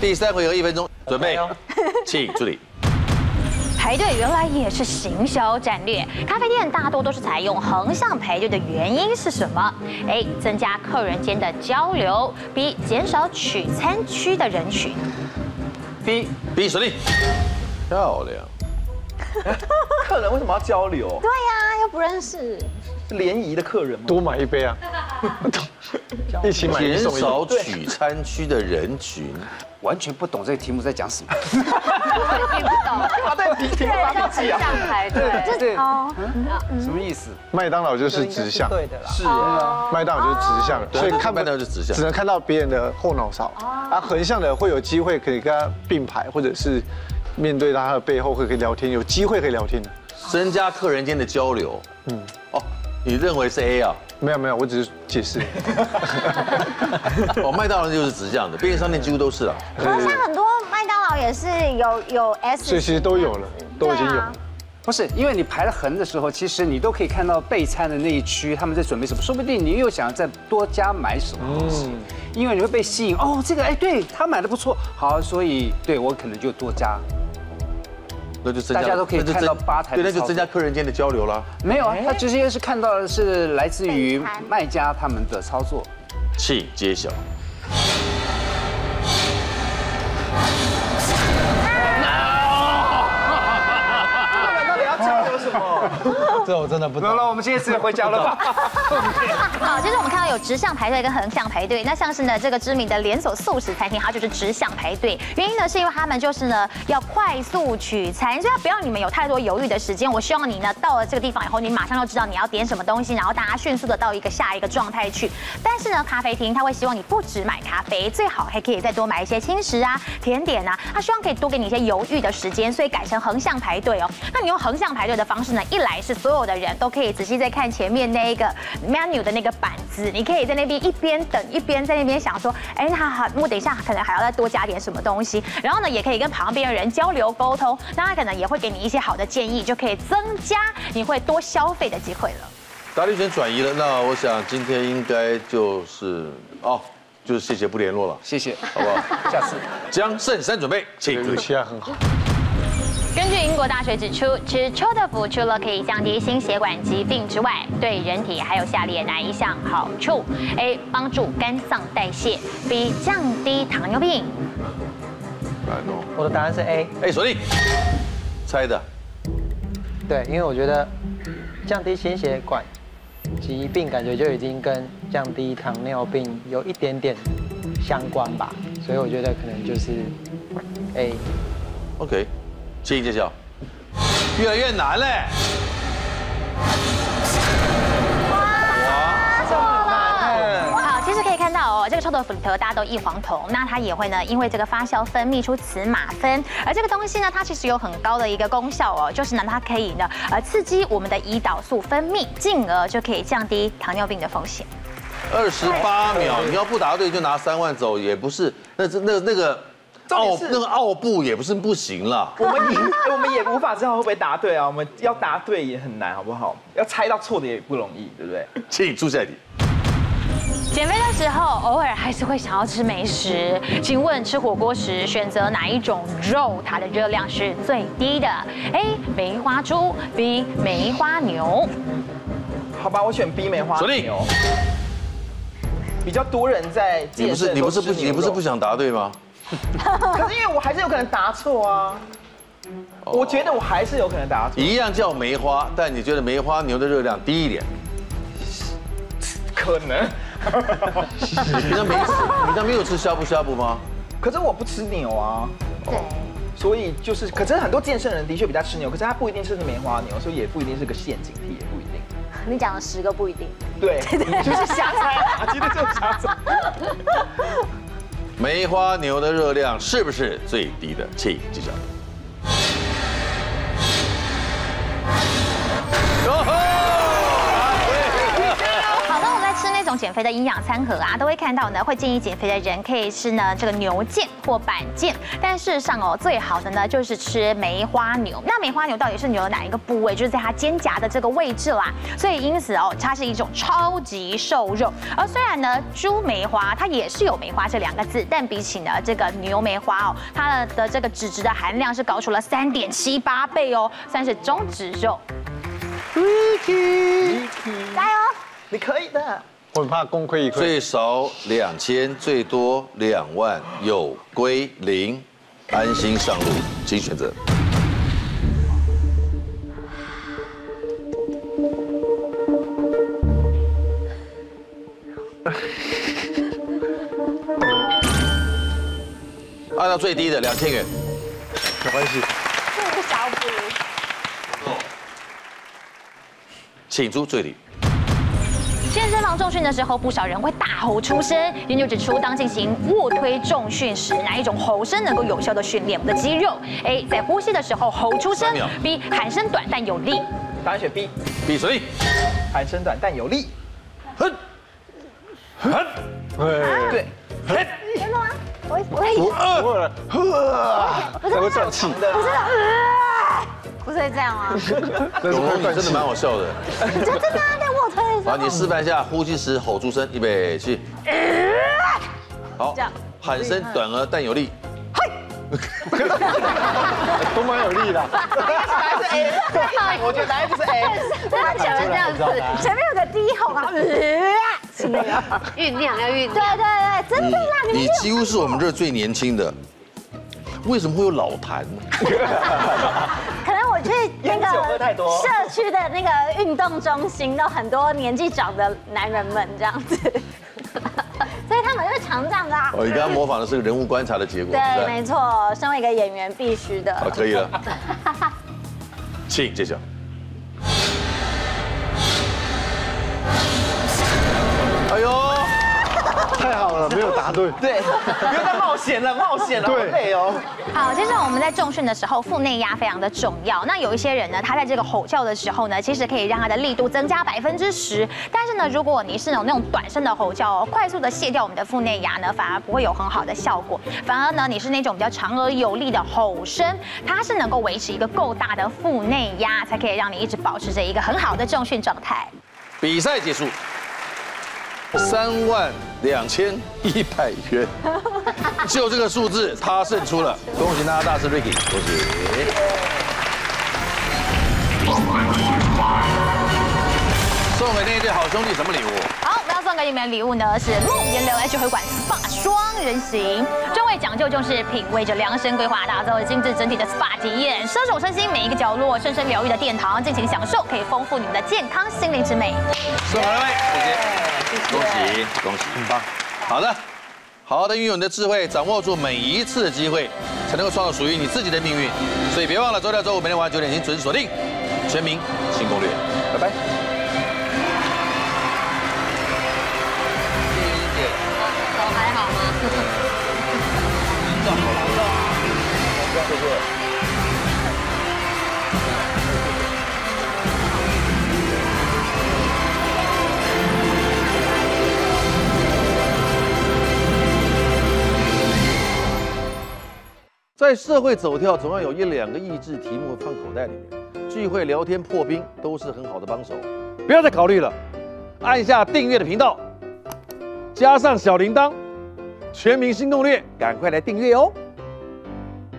第三回合一分钟，准备，哦 请助理。排队原来也是行销战略。咖啡店大多都是采用横向排队的原因是什么？A. 增加客人间的交流；B. 减少取餐区的人群。 B B 实力，漂亮。客人为什么要交流？啊对呀、又不认识。是联谊的客人吗？多买一杯 啊，一起买一减送一。少取餐区的人群，完全不懂这个题目在讲什么。听不懂，他在提提发脾气啊！排队。对，什么意思？麦当劳就是直向，对的啦，嗯是啊，麦当劳就是直向，对所以看不麦当劳就是直向哦只能看到别人的后脑勺。啊，横向的会有机会可以跟他并排，或者是面对到他的背后会可以聊天，有机会可以聊天的。增加客人间的交流。嗯，哦，你认为是 A 啊？没有没有，我只是解释。哦，麦当劳就是直向的，便利商店几乎都是了。啊可是像很多麦当劳也是有有 S，所以其实都有了，都已经有了。不是，因为你排了横的时候，其实你都可以看到备餐的那一区他们在准备什么，说不定你又想再多加买什么东哦西，因为你会被吸引。哦，这个哎，对他买的不错，好，所以对我可能就多加。那就增加，大家都可以那就看到增吧台对，的那就增加客人间的交流啦。没有啊，他直接是看到的是来自于备餐卖家他们的操作。请揭晓。到底要交流什么？ 这我真的不好懂。了，我们这次回家了吧？好，就是我们看到有直向排队跟横向排队。那像是呢，这个知名的连锁素食餐厅，它就是直向排队。原因呢，是因为他们就是呢要快速取餐，所以它不要你们有太多犹豫的时间。我希望你呢到了这个地方以后，你马上就知道你要点什么东西，然后大家迅速的到一个下一个状态去。但是呢，咖啡厅它会希望你不只买咖啡，最好还可以再多买一些轻食啊、甜点啊。它希望可以多给你一些犹豫的时间，所以改成横向排队哦。那你用横向排队的方式呢，一来是所有的人都可以仔细在看前面那一个 menu 的那个板子，你可以在那边一边等一边在那边想说，哎，那好，我等一下可能还要再多加点什么东西。然后呢，也可以跟旁边的人交流沟通，那他可能也会给你一些好的建议，就可以增加你会多消费的机会了。答题权转移了，那我想今天应该就是哦，就是谢谢不联络了，谢谢，好不好？下次。将剩三准备，请注语意。气还很好，根据英国大学指出，吃臭豆腐除了可以降低心血管疾病之外，对人体还有下列哪一项好处？A. 帮助肝脏代谢；B. 降低糖尿病。来弄。我的答案是 A，哎，锁定。猜的，对，因为我觉得降低心血管疾病，感觉就已经跟降低糖尿病有一点点相关吧，所以我觉得可能就是 A。 OK，请揭晓。越来越难嘞，好，其实可以看到哦，这个臭豆腐里头大家都异黄酮，那它也会呢，因为这个发酵分泌出雌马酚，而这个东西呢，它其实有很高的一个功效哦，就是呢，它可以呢，呃，刺激我们的胰岛素分泌，进而就可以降低糖尿病的风险。二十八秒，你要不答对就拿三万走，也不是，那是那那个奥重点是那个奥布也不是不行啦。我们赢，我们也无法知道会不会答对啊。我们要答对也很难，好不好？要猜到错的也不容易，对不对？请注下一题。减肥的时候，偶尔还是会想要吃美食。请问吃火锅时选择哪一种肉，它的热量是最低的？A. 梅花猪，B. 梅花牛。好吧，我选 B 梅花锁定牛。比较多人在你不健是身你的时不候是吃不牛肉，你不是不想答对吗？可是因为我还是有可能答错啊。哦我觉得我还是有可能答错，一样叫梅花，但你觉得梅花牛的热量低一点？可能。你平常没 吃，你平常没有吃呷哺呷哺吗？可是我不吃牛啊，对，所以就是，可是很多健身人的确比较吃牛，可是他不一定吃的梅花牛，所以也不一定是个陷阱题，也不一定。你讲了十个不一定。 对，就是瞎猜啊，今天就是瞎 猜。梅花牛的热量是不是最低的？请揭晓。哦吼哦好像我在吃那种种减肥的营养餐盒啊，都会看到呢，会建议减肥的人可以吃呢这个牛腱或板腱，但事实上哦，最好的呢就是吃梅花牛。那梅花牛到底是牛的哪一个部位？就是在它肩胛的这个位置啦。所以因此哦，它是一种超级瘦肉。而虽然呢，猪梅花它也是有梅花这两个字，但比起呢这个牛梅花哦，它的这个脂质的含量是高出了三点七八倍哦，算是中脂 肉。加油！你可以的。我很怕功亏一篑。最少两千，最多两万，有归零，安心上路，请选 择。按照最低的两千元，没关系，不小补。请出最低。健身房重训的时候，不少人会大吼出声。研究指出，当进行卧推重训时，哪一种吼声能够有效的训练我们的肌肉？A. 哎在呼吸的时候吼出声三秒；B. 喊声短但有力。答案选 B，比谁？喊声短但有力。哼，哼，哎，对，真的吗？啊我我会不饿了，呵，才会转气，长的。呃不是会这样 吗？那是永会红，你转真的气蛮。好笑的。真的 啊，在卧推的时好，候。你示范一下呼吸时吼出声，预备起。呃好，喊声嗯短而但有力。啊都蛮有力的。答案是 A，我觉得答案就是 A。真的前面这 样子，前面有个低吼啊，是那个酝酿要酝酿。对对对，真的啦，你们你几乎是我们这儿最年轻的，为什么会有老痰呢？可能我去那烟酒喝太个多社区的那个运动中心，都很多年纪长的男人们这样子， 所以他们就常这样子啊。哦，你刚刚模仿的是个人物观察的结果，是啊对，吧没错，身为一个演员必须的。好，可以了。 请揭晓。哎呦，太好了，没有答对。对，不要再冒险了，冒险了，好对累哦。好，其实我们在重训的时候，腹内压非常的重要。那有一些人呢，他在这个吼叫的时候呢，其实可以让他的力度增加百分之十。但是呢，如果你是有那种短声的吼叫哦，快速的卸掉我们的腹内压呢，反而不会有很好的效果。反而呢，你是那种比较长而有力的吼声，它是能够维持一个够大的腹内压，才可以让你一直保持着一个很好的重训状态。比赛结束，三万两千一百元，就这个数字，他胜出了，恭喜大家，大师 Ricky，恭喜。送给那对好兄弟什么礼物？好，我们要送给你们的礼物呢是梦妍流 H 回馆 SPA 双人行，专为讲究重视品味着量身规划打造的精致整体的 SPA 体验，奢手身心每一个角落，深深疗愈的殿堂，尽情享受，可以丰富你们的健康心灵之美。送给各位，谢谢，恭喜恭喜，很棒。好的，好好的运用你的智慧，掌握住每一次的机会，才能够创造属于你自己的命运。所以别忘了周六周五每天晚上九点，请准时锁定《全民新攻略》。拜拜。在社会走跳，总要有一两个益智题目放口袋里面，聚会聊天破冰都是很好的帮手。不要再考虑了，按下订阅的频道，加上小铃铛，《全民新攻略》，赶快来订阅哦！